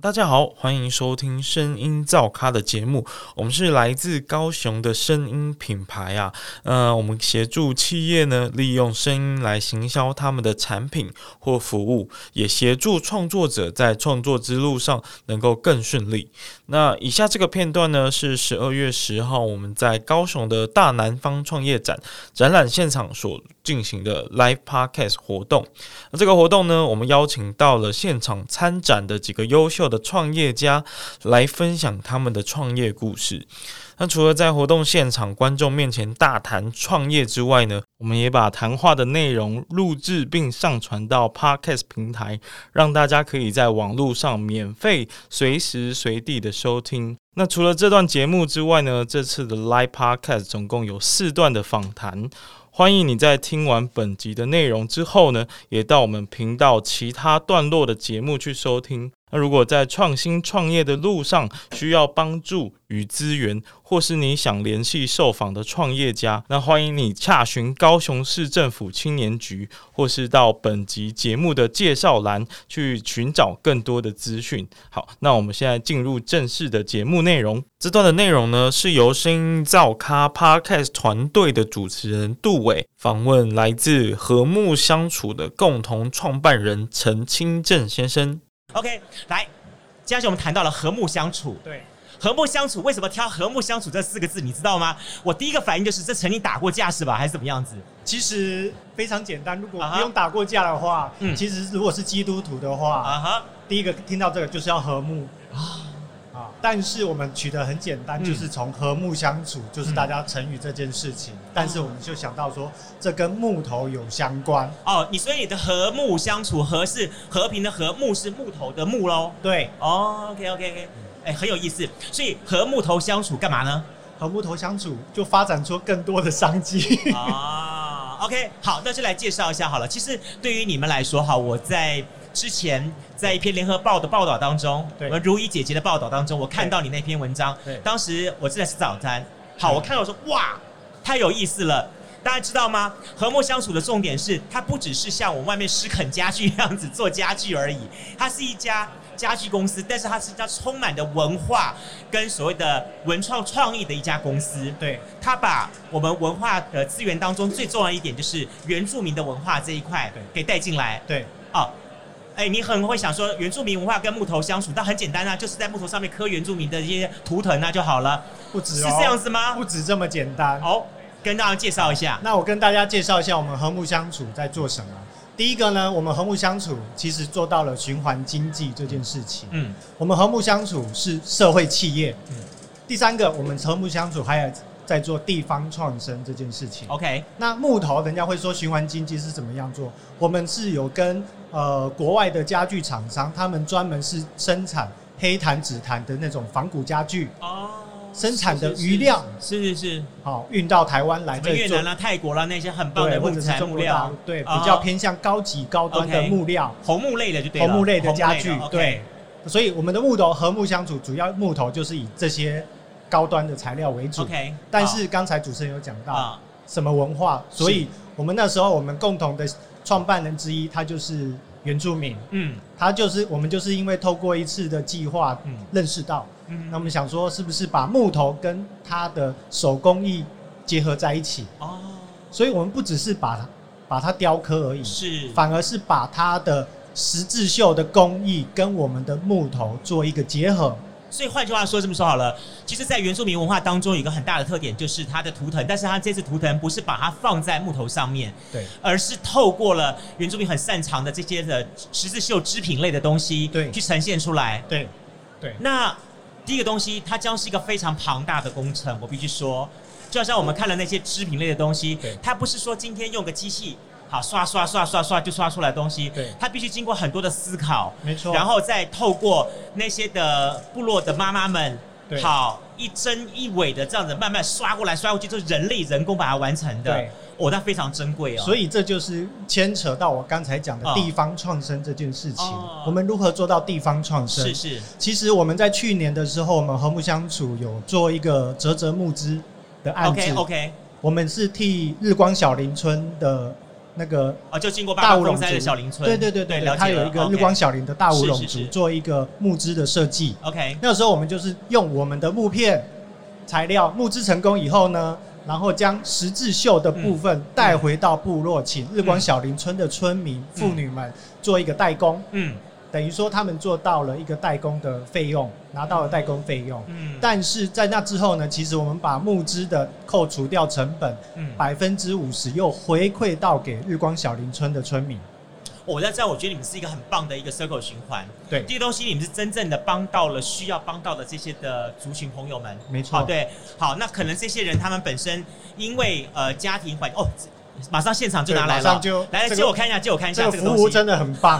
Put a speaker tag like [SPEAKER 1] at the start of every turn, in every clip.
[SPEAKER 1] 大家好，欢迎收听声音造咖的节目，我们是来自高雄的声音品牌啊，呃，我们协助企业呢利用声音来行销他们的产品或服务，也协助创作者在创作之路上能够更顺利。那以下这个片段呢，是十二月十号我们在高雄的大南方创业展展览现场所进行的 live podcast 活动。那这个活动呢，我们邀请到了现场参展的几个优秀的创业家来分享他们的创业故事。那除了在活动现场观众面前大谈创业之外呢，我们也把谈话的内容录制并上传到 Podcast 平台，让大家可以在网络上免费、随时随地的收听。那除了这段节目之外呢，这次的 Live Podcast 总共有四段的访谈。欢迎你在听完本集的内容之后呢，也到我们频道其他段落的节目去收听。那如果在创新创业的路上需要帮助与资源，或是你想联系受访的创业家，那欢迎你洽询高雄市政府青年局，或是到本集节目的介绍栏去寻找更多的资讯。好，那我们现在进入正式的节目内容。这段的内容呢，是由声音造咖 Podcast 团队的主持人杜伟访问来自和睦相处的共同创办人陈清正先生。
[SPEAKER 2] OK，来，接下去我们谈到了和睦相处。
[SPEAKER 3] 对，
[SPEAKER 2] 和睦相处为什么挑“和睦相处”这四个字，你知道吗？我第一个反应就是这曾经打过架是吧，还是怎么样子？
[SPEAKER 3] 其实非常简单，如果
[SPEAKER 2] 啊哈
[SPEAKER 3] 不用打过架的话，
[SPEAKER 2] 嗯
[SPEAKER 3] 其实如果是基督徒的话，
[SPEAKER 2] 啊哈，
[SPEAKER 3] 第一个听到这个就是要和睦啊啊！但是我们取得很简单，
[SPEAKER 2] 嗯
[SPEAKER 3] 就是从和睦相处，就是
[SPEAKER 2] 嗯
[SPEAKER 3] 大家成语这件事情。但是我们就想到说，这跟木头有相关，
[SPEAKER 2] 哦，你所以你的和睦相处，和是和平的和，木是木头的木喽。
[SPEAKER 3] 对，
[SPEAKER 2] 哦，OK OK OK，哎、很有意思。所以和木头相处干嘛呢？
[SPEAKER 3] 和木头相处就发展出更多的商机。
[SPEAKER 2] 啊，OK，好，那就来介绍一下好了。其实对于你们来说，哈，我在之前在一篇联合报的报道当中，
[SPEAKER 3] 对
[SPEAKER 2] 我们如怡姐姐的报道当中，我看到你那篇文章
[SPEAKER 3] 对，
[SPEAKER 2] 当时我正在吃早餐，好，
[SPEAKER 3] 嗯
[SPEAKER 2] 我看到我说哇，太有意思了。大家知道吗？和睦相处的重点是，它不只是像我们外面施肯家具那样子做家具而已，它是一家家具公司，但是它是一家充满的文化跟所谓的文创创意的一家公司。
[SPEAKER 3] 对，
[SPEAKER 2] 他把我们文化的资源当中最重要的一点，就是原住民的文化这一块
[SPEAKER 3] 对
[SPEAKER 2] 给带进来
[SPEAKER 3] 对，
[SPEAKER 2] 哦。哎、你很会想说原住民文化跟木头相处，但很简单啊，就是在木头上面刻原住民的一些图腾啊就好了，
[SPEAKER 3] 不止
[SPEAKER 2] 是
[SPEAKER 3] 哦，
[SPEAKER 2] 这样子吗
[SPEAKER 3] 不？止这么简单。
[SPEAKER 2] 哦，跟大家介绍一下，
[SPEAKER 3] 那我跟大家介绍一下我们和睦相处在做什么。第一个呢，我们和睦相处其实做到了循环经济这件事情。
[SPEAKER 2] 嗯，
[SPEAKER 3] 我们和睦相处是社会企业。
[SPEAKER 2] 嗯
[SPEAKER 3] 第三个，我们和睦相处还有在做地方创生这件事情。
[SPEAKER 2] ，OK，
[SPEAKER 3] 那木头，人家会说循环经济是怎么样做？我们是有跟呃国外的家具厂商，他们专门是生产黑檀、紫檀的那种仿古家具，
[SPEAKER 2] 哦，
[SPEAKER 3] 生产的余量
[SPEAKER 2] 是是是，
[SPEAKER 3] 好、运到台湾来
[SPEAKER 2] 什么
[SPEAKER 3] 这
[SPEAKER 2] 越
[SPEAKER 3] 里做
[SPEAKER 2] 南。啦、泰国啦那些很棒
[SPEAKER 3] 对，
[SPEAKER 2] 的
[SPEAKER 3] 或
[SPEAKER 2] 木
[SPEAKER 3] 者是
[SPEAKER 2] 材
[SPEAKER 3] 中
[SPEAKER 2] 木
[SPEAKER 3] 国大
[SPEAKER 2] 料
[SPEAKER 3] 陆，，对，
[SPEAKER 2] 啊
[SPEAKER 3] 比较偏向高级高端的
[SPEAKER 2] OK
[SPEAKER 3] 木料，
[SPEAKER 2] 红木类的就对了，
[SPEAKER 3] 红木类的家
[SPEAKER 2] 红
[SPEAKER 3] 具
[SPEAKER 2] 木类的，，OK
[SPEAKER 3] 对，。所以我们的木头和睦相处，主要木头就是以这些高端的材料为主。
[SPEAKER 2] ，OK，
[SPEAKER 3] 但是刚才主持人有讲
[SPEAKER 2] 啊
[SPEAKER 3] 到
[SPEAKER 2] 啊
[SPEAKER 3] 什么文化，
[SPEAKER 2] 是
[SPEAKER 3] 所以我们那时候我们共同的创办人之一，他就是原住民，
[SPEAKER 2] 嗯
[SPEAKER 3] 他就是我们就是因为透过一次的计划
[SPEAKER 2] 嗯
[SPEAKER 3] 认识到，
[SPEAKER 2] 嗯，
[SPEAKER 3] 那我们想说是不是把木头跟他的手工艺结合在一起，
[SPEAKER 2] 哦。
[SPEAKER 3] 所以我们不只是把它把它雕刻而已，
[SPEAKER 2] 是
[SPEAKER 3] 反而是把它的十字绣的工艺跟我们的木头做一个结合。
[SPEAKER 2] 所以换句话说，这么说好了，其实，在原住民文化当中，有一个很大的特点，就是它的图腾，但是它这次图腾不是把它放在木头上面，
[SPEAKER 3] 对
[SPEAKER 2] 而是透过了原住民很擅长的这些的十字绣织品类的东西，
[SPEAKER 3] 对
[SPEAKER 2] 去呈现出来。
[SPEAKER 3] 对，
[SPEAKER 2] 那第一个东西，它将是一个非常庞大的工程，我必须说，就好像我们看了那些织品类的东西
[SPEAKER 3] 对，
[SPEAKER 2] 它不是说今天用个机器好刷刷刷刷刷就刷出来的东西
[SPEAKER 3] 对，
[SPEAKER 2] 它必须经过很多的思考，
[SPEAKER 3] 没错。
[SPEAKER 2] 然后再透过那些的部落的妈妈们，
[SPEAKER 3] 对
[SPEAKER 2] 好一针一尾的这样子慢慢刷过来刷过去，就是人力人工把它完成的
[SPEAKER 3] 对。
[SPEAKER 2] 哦，那非常珍贵哦。
[SPEAKER 3] 所
[SPEAKER 2] 以
[SPEAKER 3] 以这就是牵扯到我刚才讲的
[SPEAKER 2] 哦
[SPEAKER 3] 地方创生这件事情。
[SPEAKER 2] 哦
[SPEAKER 3] 我们如何做到地方创生？
[SPEAKER 2] 是是
[SPEAKER 3] 其实我们在去年的时候，我们和睦相处有做一个泽泽募资的案子。
[SPEAKER 2] ，OK OK，
[SPEAKER 3] 我们是替日光小林村的那个
[SPEAKER 2] 哦，就经过八
[SPEAKER 3] 大
[SPEAKER 2] 八
[SPEAKER 3] 五
[SPEAKER 2] 风
[SPEAKER 3] 龙
[SPEAKER 2] 塞的
[SPEAKER 3] 族
[SPEAKER 2] 小林村，
[SPEAKER 3] 对对对
[SPEAKER 2] 对
[SPEAKER 3] 对，
[SPEAKER 2] 了解
[SPEAKER 3] 它有
[SPEAKER 2] 了
[SPEAKER 3] 一个
[SPEAKER 2] OK
[SPEAKER 3] 日光小林的大五龙
[SPEAKER 2] 是是
[SPEAKER 3] 族
[SPEAKER 2] 是
[SPEAKER 3] 做一个木枝的设计。
[SPEAKER 2] OK，
[SPEAKER 3] 那时候我们就是用我们的木片材料木制成功以后呢，然后将十字绣的部分带回到部落，请日光小林村的村民、妇女们做一个代工，
[SPEAKER 2] 嗯
[SPEAKER 3] 等于说他们做到了一个代工的费用，拿到了代工费用。
[SPEAKER 2] 嗯，
[SPEAKER 3] 但是在那之后呢，其实我们把木枝的扣除掉成本，
[SPEAKER 2] 嗯，
[SPEAKER 3] 百分之五十又回馈到给日光小林村的村民。
[SPEAKER 2] 我哦在这样，我觉得你们是一个很棒的一个 circle 循环。
[SPEAKER 3] 对
[SPEAKER 2] 这，个东西你们是真正的帮到了需要帮到的这些的族群朋友们。
[SPEAKER 3] 没
[SPEAKER 2] 好，
[SPEAKER 3] 错，
[SPEAKER 2] 对，好，那可能这些人他们本身因为呃家庭环哦，马上现场就
[SPEAKER 3] 对
[SPEAKER 2] 拿来
[SPEAKER 3] 马上
[SPEAKER 2] 了，
[SPEAKER 3] 就
[SPEAKER 2] 来
[SPEAKER 3] 这个
[SPEAKER 2] 借我看一下，借我看一
[SPEAKER 3] 这
[SPEAKER 2] 下
[SPEAKER 3] 个
[SPEAKER 2] 这个
[SPEAKER 3] 服
[SPEAKER 2] 东
[SPEAKER 3] 务
[SPEAKER 2] 西。
[SPEAKER 3] 真的很棒，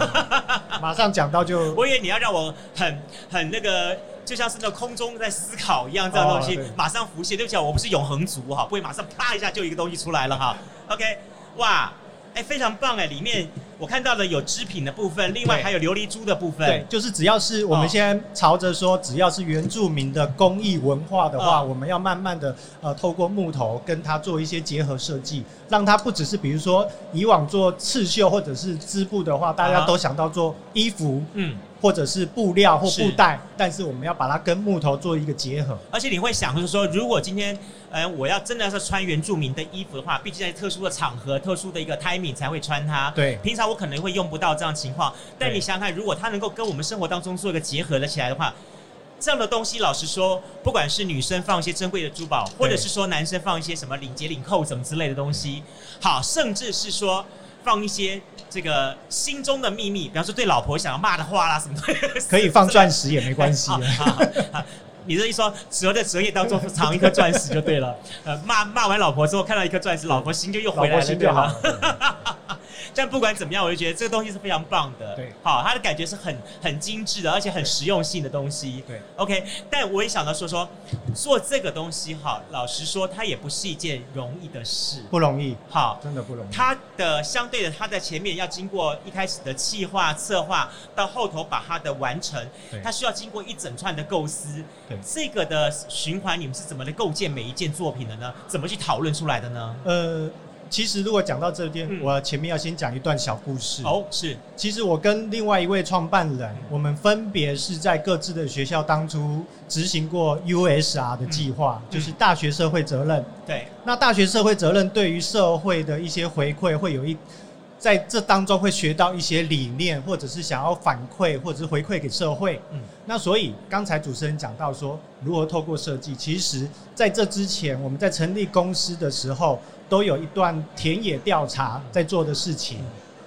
[SPEAKER 3] 马上讲 到就
[SPEAKER 2] 我以为你要让我很很那个，就像是那空中在思考一样，这样
[SPEAKER 3] 哦
[SPEAKER 2] 东西、
[SPEAKER 3] 对
[SPEAKER 2] 马上浮现。对不起啊，我不是永恒族哈，不会马上啪一下就一个东西出来了哈。OK，哇，哎、非常棒哎，里面我看到了有织品的部分，另外
[SPEAKER 3] 对
[SPEAKER 2] 还有琉璃珠的部分。
[SPEAKER 3] 对，就是只要是我们现在朝着说，只要是原住民的工艺文化的话，
[SPEAKER 2] 哦
[SPEAKER 3] 我们要慢慢的呃，透过木头跟它做一些结合设计，让它不只是比如说以往做刺绣或者是织布的话，大
[SPEAKER 2] 啊
[SPEAKER 3] 家
[SPEAKER 2] 哈
[SPEAKER 3] 都想到做衣服
[SPEAKER 2] 嗯，
[SPEAKER 3] 或者是布料或
[SPEAKER 2] 是
[SPEAKER 3] 布袋，但是我们要把它跟木头做一个结合。
[SPEAKER 2] 而且你会想，就是说，如果今天，呃，我要真的是穿原住民的衣服的话，毕竟在特殊的场合、特殊的一个 timing 才会穿它。
[SPEAKER 3] 对
[SPEAKER 2] 平常我可能会用不到这样的情况，但
[SPEAKER 3] 对
[SPEAKER 2] 你想想看，如果它能够跟我们生活当中做一个结合了起来的话，这样的东西，老实说，不管是女生放一些珍贵的珠宝，或者是说男生放一些什么领结、领扣什么之类的东西，好，甚至是说放一些这个心中的秘密，比方说对老婆想要骂的话啦，什么的
[SPEAKER 3] 可以放钻石也没关系
[SPEAKER 2] 啊。啊啊你这一说，折的折页当中藏一颗钻石就 对了。呃，骂骂完老婆之后，看到一颗钻石，老婆心就又
[SPEAKER 3] 老
[SPEAKER 2] 回来
[SPEAKER 3] 婆
[SPEAKER 2] 了，
[SPEAKER 3] 心
[SPEAKER 2] 对
[SPEAKER 3] 就好
[SPEAKER 2] 吗。但不管怎么样，我就觉得这个东西是非常棒的。
[SPEAKER 3] 对，
[SPEAKER 2] 好，它的感觉是很很精致的，而且很实用性的东西。
[SPEAKER 3] 对
[SPEAKER 2] ，OK。但我也想到说说，做这个东西哈，老实说，它也不是一件容易的事。
[SPEAKER 3] 不容易，
[SPEAKER 2] 好，
[SPEAKER 3] 真的不容易。
[SPEAKER 2] 它的相对的，它在前面要经过一开始的企划、策划，到后头把它的完成
[SPEAKER 3] 对，
[SPEAKER 2] 它需要经过一整串的构思
[SPEAKER 3] 对。
[SPEAKER 2] 这个的循环，你们是怎么来构建每一件作品的呢？怎么去讨论出来的呢？
[SPEAKER 3] 呃，其实如果讲到这边，
[SPEAKER 2] 嗯
[SPEAKER 3] 我前面要先讲一段小故事。
[SPEAKER 2] 哦，是，
[SPEAKER 3] 其实我跟另外一位创办人，我们分别是在各自的学校当初执行过 USR 的计划，
[SPEAKER 2] 嗯
[SPEAKER 3] 就是大学社会责任。
[SPEAKER 2] 对，
[SPEAKER 3] 那大学社会责任对于社会的一些回馈，会有一在这当中会学到一些理念，或者是想要反馈，或者是回馈给社会。
[SPEAKER 2] 嗯
[SPEAKER 3] 那所以刚才主持人讲到说，如何透过设计，其实在这之前，我们在成立公司的时候，都有一段田野调查在做的事情
[SPEAKER 2] 嗯。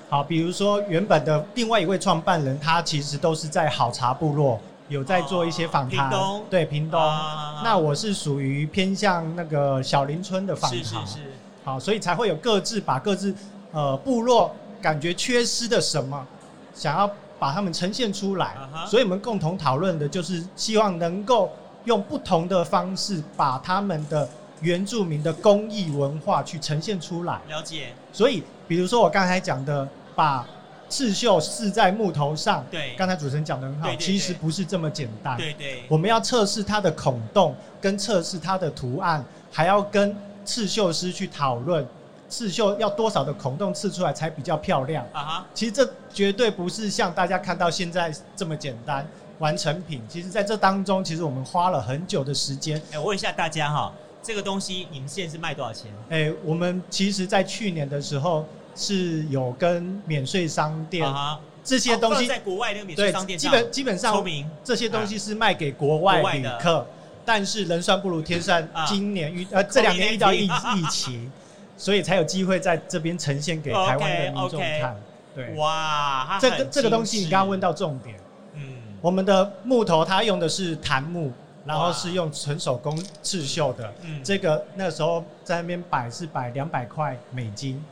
[SPEAKER 3] 好，比如说原本的另外一位创办人，他其实都是在好茶部落有在做一些访谈，
[SPEAKER 2] 哦屏东
[SPEAKER 3] 对屏东。
[SPEAKER 2] 啊
[SPEAKER 3] 那我是属于偏向那个小林村的访
[SPEAKER 2] 是
[SPEAKER 3] 谈
[SPEAKER 2] 是，是，
[SPEAKER 3] 好，所以才会有各自把各自呃部落感觉缺失的什么，想要把它们呈现出来。
[SPEAKER 2] 啊哈
[SPEAKER 3] 所以我们共同讨论的就是希望能够用不同的方式把他们的原住民的工艺文化去呈现出来。
[SPEAKER 2] 了解，
[SPEAKER 3] 所以，比如说我刚才讲的，把刺绣刺在木头上，
[SPEAKER 2] 对
[SPEAKER 3] 刚才主持人讲的很好，
[SPEAKER 2] 对对对
[SPEAKER 3] 其实不是这么简单。
[SPEAKER 2] 对对，
[SPEAKER 3] 我们要测试它的孔洞，跟测试它的图案，还要跟刺绣师去讨论刺绣要多少的孔洞刺出来才比较漂亮。
[SPEAKER 2] 啊哈，
[SPEAKER 3] 其实这绝对不是像大家看到现在这么简单完成品。其实在这当中，其实我们花了很久的时间。
[SPEAKER 2] 哎，我问一下大家哈，这个东西你们现在是卖多少钱？
[SPEAKER 3] 哎、我们其实在去年的时候是有跟免税商店、
[SPEAKER 2] 啊哈，
[SPEAKER 3] 这些东
[SPEAKER 2] 哦放
[SPEAKER 3] 西
[SPEAKER 2] 在国外那个免税
[SPEAKER 3] 对
[SPEAKER 2] 商，店
[SPEAKER 3] 基
[SPEAKER 2] 上，
[SPEAKER 3] 本基本
[SPEAKER 2] 聪
[SPEAKER 3] 上
[SPEAKER 2] 明，
[SPEAKER 3] 这些东西是卖给国外
[SPEAKER 2] 国外
[SPEAKER 3] 旅
[SPEAKER 2] 的
[SPEAKER 3] 客，但是人算不如天算
[SPEAKER 2] 啊，
[SPEAKER 3] 今年遇 呃这两年遇到疫 疫情，所以才有机会在这边呈现给台湾的民众
[SPEAKER 2] OK，OK
[SPEAKER 3] 看。对，
[SPEAKER 2] 哇，它
[SPEAKER 3] 这
[SPEAKER 2] 很
[SPEAKER 3] 个这个东西
[SPEAKER 2] 精
[SPEAKER 3] 你
[SPEAKER 2] 致
[SPEAKER 3] 刚刚问，到重点，
[SPEAKER 2] 嗯，
[SPEAKER 3] 我们的木头它用的是檀木，然后是用纯手工刺绣的。
[SPEAKER 2] 嗯
[SPEAKER 3] 这个那时候在那边摆是摆两百块美金，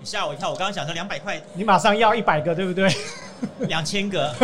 [SPEAKER 2] 你吓我一跳，我刚刚想说两百块
[SPEAKER 3] 你马上要一百个，对不 对？
[SPEAKER 2] 两千 个，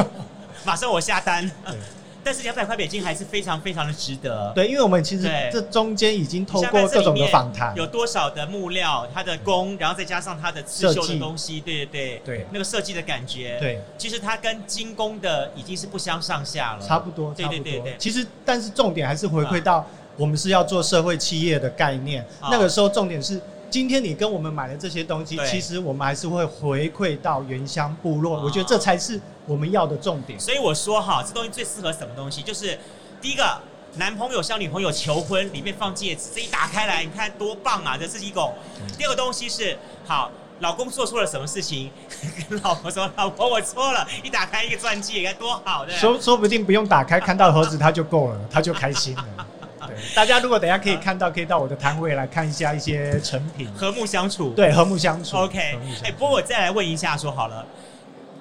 [SPEAKER 2] 马上我下单
[SPEAKER 3] 对。
[SPEAKER 2] 但是两百块美金还是非常非常的值得。
[SPEAKER 3] 对，因为我们其实
[SPEAKER 2] 对
[SPEAKER 3] 这中间已经透
[SPEAKER 2] 你想
[SPEAKER 3] 过
[SPEAKER 2] 看这
[SPEAKER 3] 各
[SPEAKER 2] 里
[SPEAKER 3] 种的
[SPEAKER 2] 面
[SPEAKER 3] 访谈，
[SPEAKER 2] 有多少的木料，它的工，然后再加上它的刺绣
[SPEAKER 3] 设
[SPEAKER 2] 的
[SPEAKER 3] 计
[SPEAKER 2] 东西，对对对，
[SPEAKER 3] 对
[SPEAKER 2] 那个设计的感觉，，
[SPEAKER 3] 对。
[SPEAKER 2] 其实它跟精工的已经是不相上下了，
[SPEAKER 3] 差不多，
[SPEAKER 2] 对
[SPEAKER 3] 差不
[SPEAKER 2] 对对
[SPEAKER 3] 多
[SPEAKER 2] 对。
[SPEAKER 3] 其实，但是重点还是回馈到我们是要做社会企业的概念。
[SPEAKER 2] 啊
[SPEAKER 3] 那个时候重点是，今天你跟我们买的这些东西，
[SPEAKER 2] 对
[SPEAKER 3] 其实我们还是会回馈到原乡部落，
[SPEAKER 2] 啊
[SPEAKER 3] 我觉得这才是我们要的重点。
[SPEAKER 2] 所以我说哈，这东西最适合什么东西？就是第一个，男朋友向女朋友求婚，里面放戒指，这一打开来，你看多棒啊！这是一种。第二个东西是好。老公做错了什么事情？ 跟老婆说：“老婆，我错了。”一打开一个钻戒，你看多好，对不对
[SPEAKER 3] 说说不定不用打开，看到盒子他就够 了，他就开心了。对，大家如果等一下可以看到，可以到我的摊位来看一下一些成品。
[SPEAKER 2] 和睦相处。
[SPEAKER 3] 对，和睦相处。
[SPEAKER 2] OK，
[SPEAKER 3] 和睦相处
[SPEAKER 2] 哎、不过我再来问一下，说好了，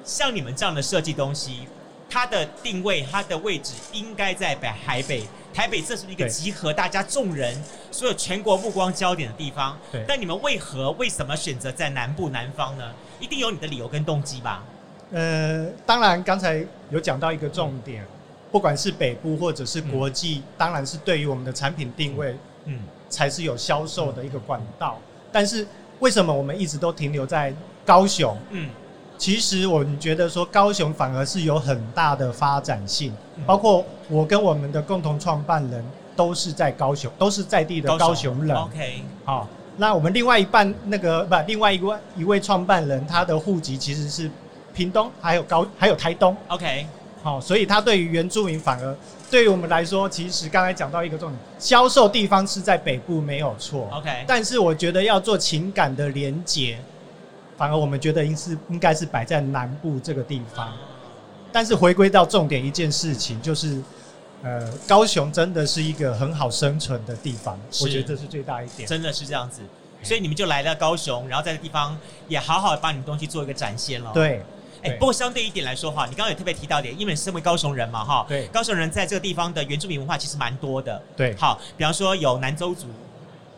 [SPEAKER 2] 像你们这样的设计东西，它的定位、它的位置应该在北台北，台北这是一个
[SPEAKER 3] 对
[SPEAKER 2] 集合大家众人所有全国目光焦点的地方。
[SPEAKER 3] 对
[SPEAKER 2] 但你们为何为什么选择在南部南方呢？一定有你的理由跟动机吧？
[SPEAKER 3] 呃，当然刚才有讲到一个重点，不管是北部或者是国际，当然是对于我们的产品定位
[SPEAKER 2] 嗯，
[SPEAKER 3] 才是有销售的一个管道。但是为什么我们一直都停留在高雄？
[SPEAKER 2] 嗯，
[SPEAKER 3] 其实我们觉得说高雄反而是有很大的发展性，
[SPEAKER 2] 嗯
[SPEAKER 3] 包括我跟我们的共同创办人都是在高雄，都是在地的高雄哦人。
[SPEAKER 2] OK，
[SPEAKER 3] 好、那我们另外一半那个不，另外一位一位创办人，他的户籍其实是屏东，还有高，还有台东。
[SPEAKER 2] OK，
[SPEAKER 3] 好、所以他对于原住民反而对于我们来说，其实刚才讲到一个重点，销售地方是在北部没有错。
[SPEAKER 2] OK
[SPEAKER 3] 但是我觉得要做情感的连结，反而我们觉得应是应该是摆在南部这个地方。但是回归到重点一件事情，就是呃，高雄真的是一个很好生存的地方，
[SPEAKER 2] 是
[SPEAKER 3] 我觉得这是最大一点。
[SPEAKER 2] 真的是这样子，所以你们就来到高雄，然后在这地方也好好地把你们东西做一个展现了。。
[SPEAKER 3] 对，
[SPEAKER 2] 哎、
[SPEAKER 3] 对
[SPEAKER 2] 不过相对一点来说哈，你刚刚也特别提到一点，因为你身为高雄人嘛哈，
[SPEAKER 3] 对
[SPEAKER 2] 高雄人在这个地方的原住民文化其实蛮多的。
[SPEAKER 3] 对
[SPEAKER 2] 好，比方说有南州族，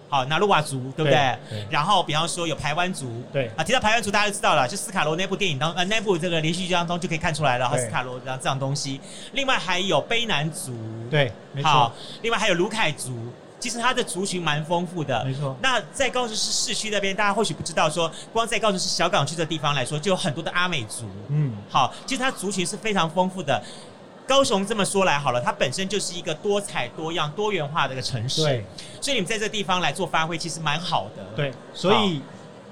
[SPEAKER 2] 好那鲁瓦族，对不对？
[SPEAKER 3] 对对
[SPEAKER 2] 然后比方说有排湾族，
[SPEAKER 3] 对
[SPEAKER 2] 啊，提到排湾族大家就知道了，就斯卡罗那部电影当呃那部这个连续剧当中就可以看出来了，哈，
[SPEAKER 3] 对
[SPEAKER 2] 斯卡罗这样这样东西。另外还有卑南族，，
[SPEAKER 3] 对，没错
[SPEAKER 2] 好，，另外还有卢凯族。其实它的族群蛮丰富的，
[SPEAKER 3] 没错
[SPEAKER 2] 那在高雄市市区那边，大家或许不知道说，光在高雄市小港区这地方来说，就有很多的阿美族。
[SPEAKER 3] 嗯，
[SPEAKER 2] 好，其实它族群是非常丰富的。高雄这么说来好了，它本身就是一个多彩多样、多元化的一个城市，
[SPEAKER 3] 对。
[SPEAKER 2] 所以你们在这地方来做发挥，其实蛮好的。
[SPEAKER 3] 对，所以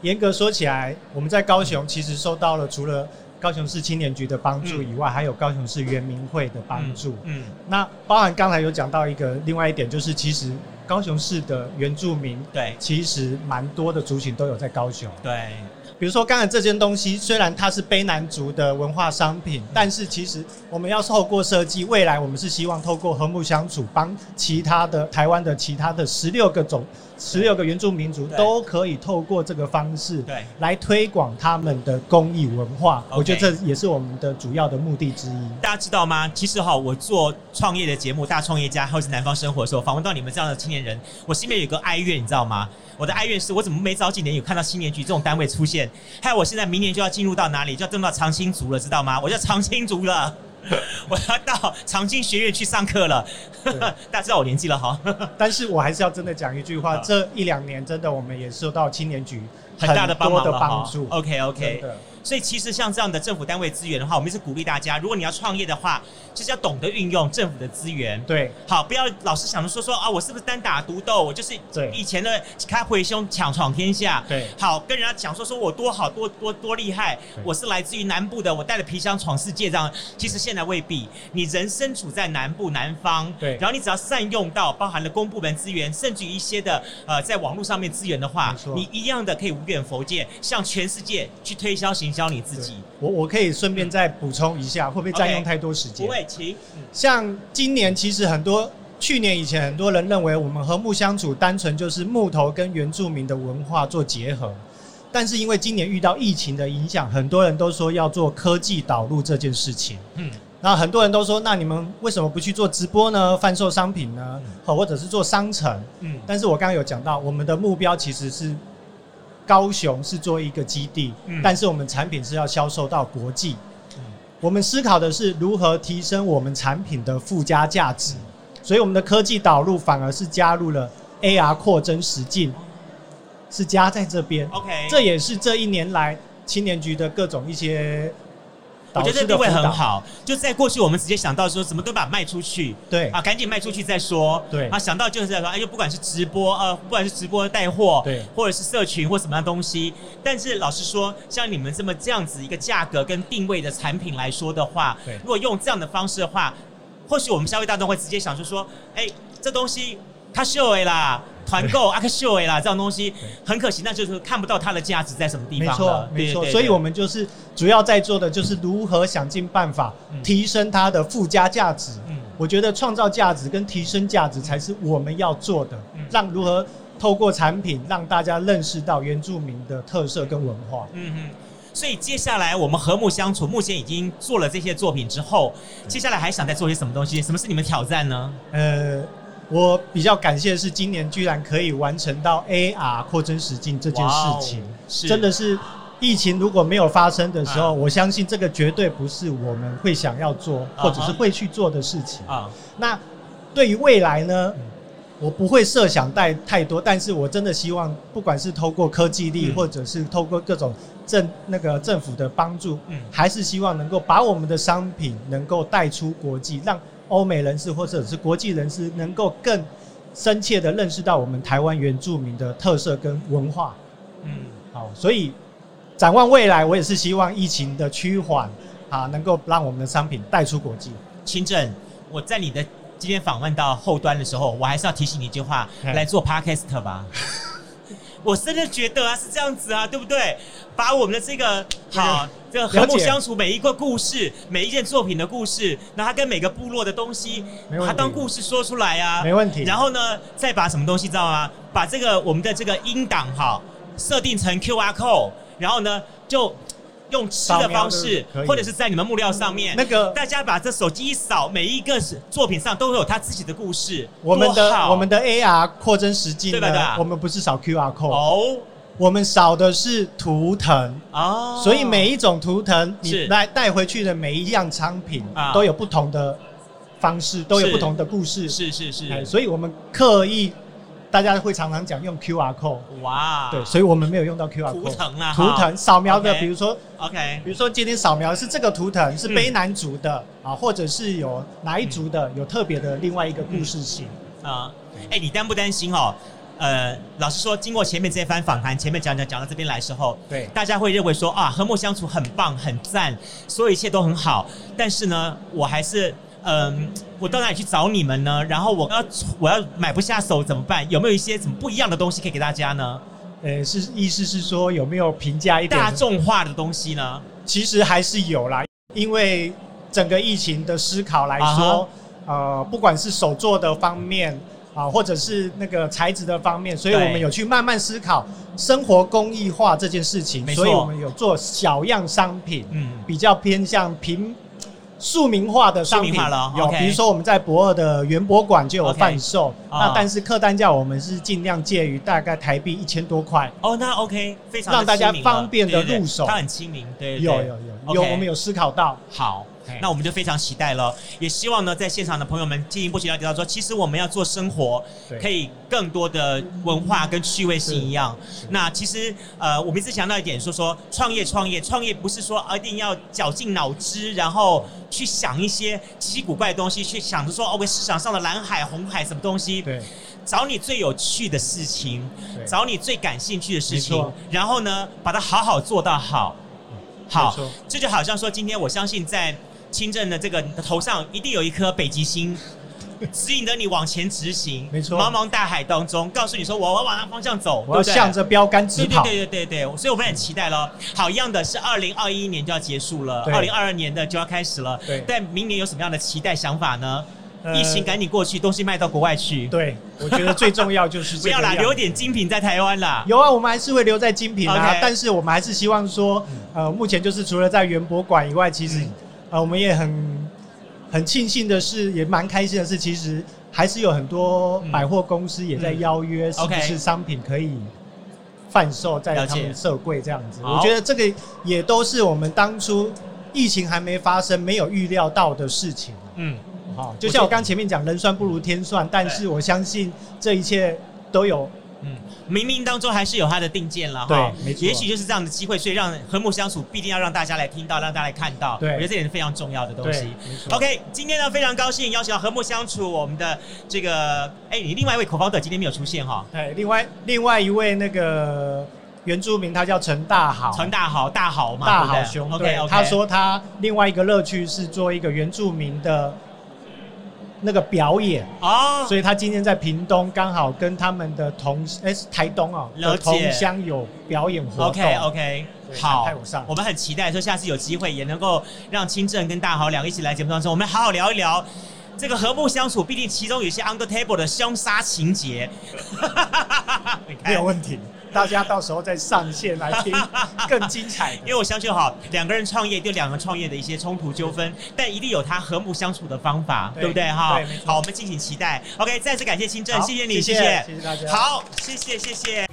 [SPEAKER 3] 严格说起来，我们在高雄其实受到了除了高雄市青年局的帮助以外，还有高雄市原民会的
[SPEAKER 2] 嗯，
[SPEAKER 3] 帮助。
[SPEAKER 2] 嗯，
[SPEAKER 3] 那包含刚才有讲到一个另外一点，就是其实高雄市的原住民
[SPEAKER 2] 对
[SPEAKER 3] 其实蛮多的族群都有在高雄。
[SPEAKER 2] 对，
[SPEAKER 3] 比如说刚才这件东西，虽然它是卑南族的文化商品，但是其实我们要透过设计，未来我们是希望透过和睦相处，帮其他的台湾的其他的十六个种、十六个原住民族
[SPEAKER 2] 对
[SPEAKER 3] 都可以透过这个方式，
[SPEAKER 2] 对
[SPEAKER 3] 来推广他们的工艺文化。
[SPEAKER 2] OK
[SPEAKER 3] 我觉得这也是我们的主要的目的之一。
[SPEAKER 2] 大家知道吗？其实哈，我做创业的节目《大创业家》或是《南方生活》的时候，访问到你们这样的青年人，我心里面有个哀怨，你知道吗？我的哀怨是我怎么没早几年有看到青年局这种单位出现，害我现在明年就要进入到哪里，就要进入到长青族了，知道吗？我叫长青族了。 我要到长青学院去上课了， 大家知道我年纪了哈，
[SPEAKER 3] 但是我还是要真的讲一句话，
[SPEAKER 2] 好
[SPEAKER 3] 这一两年真的我们也受到青年局
[SPEAKER 2] 很大的帮
[SPEAKER 3] 多
[SPEAKER 2] 忙
[SPEAKER 3] 的
[SPEAKER 2] 了
[SPEAKER 3] 帮
[SPEAKER 2] 哈
[SPEAKER 3] 助。。
[SPEAKER 2] OK OK，
[SPEAKER 3] 真的
[SPEAKER 2] 所以其实像这样的政府单位资源的话，我们也是鼓励大家，如果你要创业的话，就是要懂得运用政府的资源。
[SPEAKER 3] 对
[SPEAKER 2] 好，不要老是想着说说啊，我是不是单打独斗？我就是
[SPEAKER 3] 对
[SPEAKER 2] 以前的开回兄抢闯天下。
[SPEAKER 3] 对
[SPEAKER 2] 好，跟人家讲说说我多好多多多厉害
[SPEAKER 3] 对，
[SPEAKER 2] 我是来自于南部的，我带了皮箱闯世界这样。其实现在未必，你人身处在南部南方，
[SPEAKER 3] 对
[SPEAKER 2] 然后你只要善用到包含了公部门资源，甚至于一些的呃在网络上面资源的话
[SPEAKER 3] 没，错
[SPEAKER 2] 你一样的可以无远佛界，向全世界去推销行销你自己。
[SPEAKER 3] 我我可以顺便再补充一下，会不会占
[SPEAKER 2] OK
[SPEAKER 3] 用太多时间
[SPEAKER 2] 不会，请嗯
[SPEAKER 3] 像今年其实很多，去年以前很多人认为我们和睦相处单纯就是木头跟原住民的文化做结合，但是因为今年遇到疫情的影响，很多人都说要做科技导入这件事情。
[SPEAKER 2] 嗯，
[SPEAKER 3] 那很多人都说，那你们为什么不去做直播呢？贩售商品呢？好，或者是做商城？
[SPEAKER 2] 嗯
[SPEAKER 3] 但是我刚刚有讲到，我们的目标其实是高雄是做一个基地，
[SPEAKER 2] 嗯
[SPEAKER 3] 但是我们产品是要销售到国际。我们思考的是如何提升我们产品的附加价值，所以我们的科技导入反而是加入了 AR 扩增实境，是加在这边。
[SPEAKER 2] ，OK，
[SPEAKER 3] 这也是这一年来青年局的各种一些
[SPEAKER 2] 我
[SPEAKER 3] 导
[SPEAKER 2] 觉得
[SPEAKER 3] 师
[SPEAKER 2] 这
[SPEAKER 3] 的
[SPEAKER 2] 地
[SPEAKER 3] 辅
[SPEAKER 2] 位很
[SPEAKER 3] 导，
[SPEAKER 2] 好。就在过去，我们直接想到说，怎么都把它卖出去，
[SPEAKER 3] 对
[SPEAKER 2] 啊，赶紧卖出去再说。
[SPEAKER 3] 对
[SPEAKER 2] 啊，想到就是在说，哎，就不管是直播，呃，不管是直播带货，
[SPEAKER 3] 对
[SPEAKER 2] 或者是社群或什么样东西。但是老实说，像你们这么这样子一个价格跟定位的产品来说的话，
[SPEAKER 3] 对
[SPEAKER 2] 如果用这样的方式的话，或许我们消费大众会直接想就说，哎，这东西它秀哎啦。团购啊，个秀哎啦，这种东西很可惜，那就是看不到它的价值在什么地
[SPEAKER 3] 没
[SPEAKER 2] 方
[SPEAKER 3] 错
[SPEAKER 2] 了。
[SPEAKER 3] 没
[SPEAKER 2] 对
[SPEAKER 3] 错。
[SPEAKER 2] 对
[SPEAKER 3] 所以
[SPEAKER 2] 对
[SPEAKER 3] 我们就是主要在做的就是如何想尽办法
[SPEAKER 2] 嗯
[SPEAKER 3] 提升它的附加价值。
[SPEAKER 2] 嗯
[SPEAKER 3] 我觉得创造价值跟提升价值才是我们要做的
[SPEAKER 2] 嗯，
[SPEAKER 3] 让如何透过产品让大家认识到原住民的特色跟文化。
[SPEAKER 2] 嗯哼，所以接下来我们和睦相处，目前已经做了这些作品之后，接下来还想再做些什么东西？什么是你们挑战呢？
[SPEAKER 3] 呃，我比较感谢的是今年居然可以完成到 AR 扩增实境这件事情
[SPEAKER 2] 哇哦，是
[SPEAKER 3] 真的是疫情如果没有发生的时候，
[SPEAKER 2] 啊
[SPEAKER 3] 我相信这个绝对不是我们会想要做
[SPEAKER 2] 啊哈
[SPEAKER 3] 或者是会去做的事情。
[SPEAKER 2] 啊，
[SPEAKER 3] 那对于未来呢
[SPEAKER 2] 嗯？
[SPEAKER 3] 我不会设想太太多，但是我真的希望，不管是透过科技力，
[SPEAKER 2] 嗯
[SPEAKER 3] 或者是透过各种政那个政府的帮助，
[SPEAKER 2] 嗯
[SPEAKER 3] 还是希望能够把我们的商品能够带出国际，让欧美人士或者是国际人士能够更深切的认识到我们台湾原住民的特色跟文化。
[SPEAKER 2] 嗯，
[SPEAKER 3] 好，所以展望未来，我也是希望疫情的趋缓啊，能够让我们的商品带出国际。
[SPEAKER 2] 清正，我在你的今天访问到后端的时候，我还是要提醒你一句话，
[SPEAKER 3] 嗯
[SPEAKER 2] 来做 podcast 吧。 我真的觉得啊，是这样子啊，对不对？把我们的这 个好，这个和
[SPEAKER 3] 了
[SPEAKER 2] 睦
[SPEAKER 3] 解
[SPEAKER 2] 相处每一个故事，每一件作品的故事，那它跟每个部落的东西
[SPEAKER 3] 没，问题
[SPEAKER 2] 它当故事说出来啊，
[SPEAKER 3] 没问题
[SPEAKER 2] 然后呢，再把什么东西知道吗？把这个我们的这个音档哈，设定成 QR code，然后呢就。用吃的
[SPEAKER 3] 扫描
[SPEAKER 2] 方式
[SPEAKER 3] 对可，以
[SPEAKER 2] 或者是在你们木料上面
[SPEAKER 3] 那个
[SPEAKER 2] 大家把这手机一扫，每一个作品上都会有他自己的故事。
[SPEAKER 3] 我们
[SPEAKER 2] 多
[SPEAKER 3] 的
[SPEAKER 2] 好
[SPEAKER 3] 我们的 AR 扩增实境
[SPEAKER 2] 对吧对
[SPEAKER 3] 呢
[SPEAKER 2] 吧，
[SPEAKER 3] 我们不是扫 QR code，、
[SPEAKER 2] 哦
[SPEAKER 3] 我们扫的是图腾，
[SPEAKER 2] 哦，
[SPEAKER 3] 所以每一种图腾
[SPEAKER 2] 是
[SPEAKER 3] 你来带回去的每一样商品
[SPEAKER 2] 啊
[SPEAKER 3] 都有不同的方式，都有
[SPEAKER 2] 是
[SPEAKER 3] 不同的故事，
[SPEAKER 2] 是是是，
[SPEAKER 3] 哎所以我们刻意大家会常常讲用 QR code，
[SPEAKER 2] 哇，
[SPEAKER 3] 对，所以我们没有用到 QR
[SPEAKER 2] 啊图
[SPEAKER 3] code。
[SPEAKER 2] 腾啦，
[SPEAKER 3] 图腾扫描的，
[SPEAKER 2] OK
[SPEAKER 3] 比如说，
[SPEAKER 2] OK，
[SPEAKER 3] 比如说今天扫描是这个图腾是
[SPEAKER 2] 嗯
[SPEAKER 3] 卑南族的啊，或者是有哪一族的有特别的另外一个故事性，
[SPEAKER 2] 啊，哎，你担不担心哦？呃，老实说，经过前面这番访谈，前面讲讲讲到这边来的时候，
[SPEAKER 3] 对
[SPEAKER 2] 大家会认为说啊，和睦相处很棒、很赞，所有一切都很好。但是呢，我还是嗯、我到哪里去找你们呢？然后我要我要买不下手怎么办？有没有一些什么不一样的东西可以给大家呢？
[SPEAKER 3] 呃，是意思是说有没有评价一点
[SPEAKER 2] 大众化的东西呢？
[SPEAKER 3] 其实还是有啦，因为整个疫情的思考来
[SPEAKER 2] 啊
[SPEAKER 3] 说呃，不管是手做的方面啊、或者是那个材质的方面，所以我
[SPEAKER 2] 对
[SPEAKER 3] 们有去慢慢思考生活工艺化这件事情
[SPEAKER 2] 没，错
[SPEAKER 3] 所以我们有做小样商品，
[SPEAKER 2] 嗯，
[SPEAKER 3] 比较偏向平。庶民化的商
[SPEAKER 2] 庶
[SPEAKER 3] 品
[SPEAKER 2] 民化了
[SPEAKER 3] 有
[SPEAKER 2] OK
[SPEAKER 3] 比如说我们在博尔的园博馆就有
[SPEAKER 2] OK
[SPEAKER 3] 贩售
[SPEAKER 2] 啊
[SPEAKER 3] 那但是客单价我们是尽量介于大概台币一千多块，
[SPEAKER 2] 哦，那 OK，非常
[SPEAKER 3] 让大家
[SPEAKER 2] 亲民了啊
[SPEAKER 3] 方便地
[SPEAKER 2] 对对对
[SPEAKER 3] 入手
[SPEAKER 2] 它很亲民，对对
[SPEAKER 3] 有
[SPEAKER 2] 对
[SPEAKER 3] 有有
[SPEAKER 2] OK
[SPEAKER 3] 有我们有思考到，
[SPEAKER 2] 好
[SPEAKER 3] 嘿，
[SPEAKER 2] 那我们就非常期待了，也希望呢，在现场的朋友们进一步去了解到说，其实我们要做生活，
[SPEAKER 3] 对
[SPEAKER 2] 可以更多的文化跟趣味性一样。那其实呃，我们一直强调一点，说说创业，创业，创业不是说啊一定要绞尽脑汁，然后去想一些奇奇古怪的东西，去想着说哦，喂，市场上的蓝海、红海什么东西，
[SPEAKER 3] 对
[SPEAKER 2] 找你最有趣的事情，
[SPEAKER 3] 对
[SPEAKER 2] 找你最感兴趣的事
[SPEAKER 3] 没
[SPEAKER 2] 情
[SPEAKER 3] 错，
[SPEAKER 2] 然后呢，把它好好做到好。好
[SPEAKER 3] 没错，
[SPEAKER 2] 这就好像说，今天我相信在清正的这个头上一定有一颗北极星，指引着你往前执行。
[SPEAKER 3] 没错
[SPEAKER 2] 茫茫大海当中，告诉你说，我要往那方向走，
[SPEAKER 3] 我要
[SPEAKER 2] 对不对
[SPEAKER 3] 向着标杆直
[SPEAKER 2] 对
[SPEAKER 3] 跑。
[SPEAKER 2] 对对对对对，所以我们很期待咯。好，一样的是，二零二一年就要结束了，
[SPEAKER 3] 对
[SPEAKER 2] 二零二二年的就要开始了。
[SPEAKER 3] 对
[SPEAKER 2] 但明年有什么样的期待想法呢？
[SPEAKER 3] 呃
[SPEAKER 2] 疫情赶紧过去，东西卖到国外去。
[SPEAKER 3] 对，我觉得最重要就是
[SPEAKER 2] 不
[SPEAKER 3] 这个
[SPEAKER 2] 要啦，
[SPEAKER 3] 样
[SPEAKER 2] 留点精品在台湾啦。
[SPEAKER 3] 有啊，我们还是会留在精品啊
[SPEAKER 2] OK
[SPEAKER 3] 但是我们还是希望说，
[SPEAKER 2] 嗯
[SPEAKER 3] 呃，目前就是除了在园博馆以外，其实、呃，我们也很很庆幸的是，也蛮开心的是，其实还是有很多
[SPEAKER 2] 嗯
[SPEAKER 3] 百货公司也在邀约，是不
[SPEAKER 2] OK
[SPEAKER 3] 是商品可以贩售在
[SPEAKER 2] 了
[SPEAKER 3] 他
[SPEAKER 2] 解
[SPEAKER 3] 们社柜这样子？
[SPEAKER 2] 好
[SPEAKER 3] 我觉得这个也都是我们当初疫情还没发生没有预料到的事情。啊
[SPEAKER 2] 嗯，
[SPEAKER 3] 好，就像我刚前面讲，人算不如天算，但是我相信这一切都有
[SPEAKER 2] 嗯，冥冥当中还是有它的定见了
[SPEAKER 3] 对
[SPEAKER 2] 哈。
[SPEAKER 3] 没错
[SPEAKER 2] 也许就是这样的机会，所以让和睦相处必定要让大家来听到，让大家来看到。
[SPEAKER 3] 对
[SPEAKER 2] 我觉得这点是非常重要的东
[SPEAKER 3] 对
[SPEAKER 2] 西。
[SPEAKER 3] 没错
[SPEAKER 2] OK，今天呢非常高兴邀请到和睦相处我们的这个，哎、你另外一位口方的今天没有出现哈，
[SPEAKER 3] 哎，另外另外一位那个原住民，他叫陈大好，
[SPEAKER 2] 陈大好大好嘛，
[SPEAKER 3] 大好兄，
[SPEAKER 2] OK
[SPEAKER 3] 对
[SPEAKER 2] OK，，
[SPEAKER 3] 他说他另外一个乐趣是做一个原住民的那个表演，
[SPEAKER 2] 哦，
[SPEAKER 3] 所以他今天在屏东刚好跟他们的同哎是台东哦
[SPEAKER 2] 了
[SPEAKER 3] 的
[SPEAKER 2] 解
[SPEAKER 3] 同乡有表演活动。
[SPEAKER 2] OK OK，
[SPEAKER 3] 对
[SPEAKER 2] 好
[SPEAKER 3] 派我上，
[SPEAKER 2] 我们很期待说下次有机会也能够让清正跟大豪两个一起来节目当中，我们好好聊一聊。这个和睦相处，毕竟其中有一些 under table 的凶杀情节，你看
[SPEAKER 3] 没有问题，大家到时候再上线来听更精彩
[SPEAKER 2] 因为
[SPEAKER 3] 的。
[SPEAKER 2] 我相信哈，两个人创业就两个创业的一些冲突纠纷，但一定有他和睦相处的方法，对
[SPEAKER 3] 对
[SPEAKER 2] 不对哈
[SPEAKER 3] 对没？错
[SPEAKER 2] 好，我们敬请期待。OK，再次感谢清正，
[SPEAKER 3] 好
[SPEAKER 2] 谢谢你，
[SPEAKER 3] 谢谢
[SPEAKER 2] 谢，
[SPEAKER 3] 谢谢大家
[SPEAKER 2] 好，谢谢，谢谢。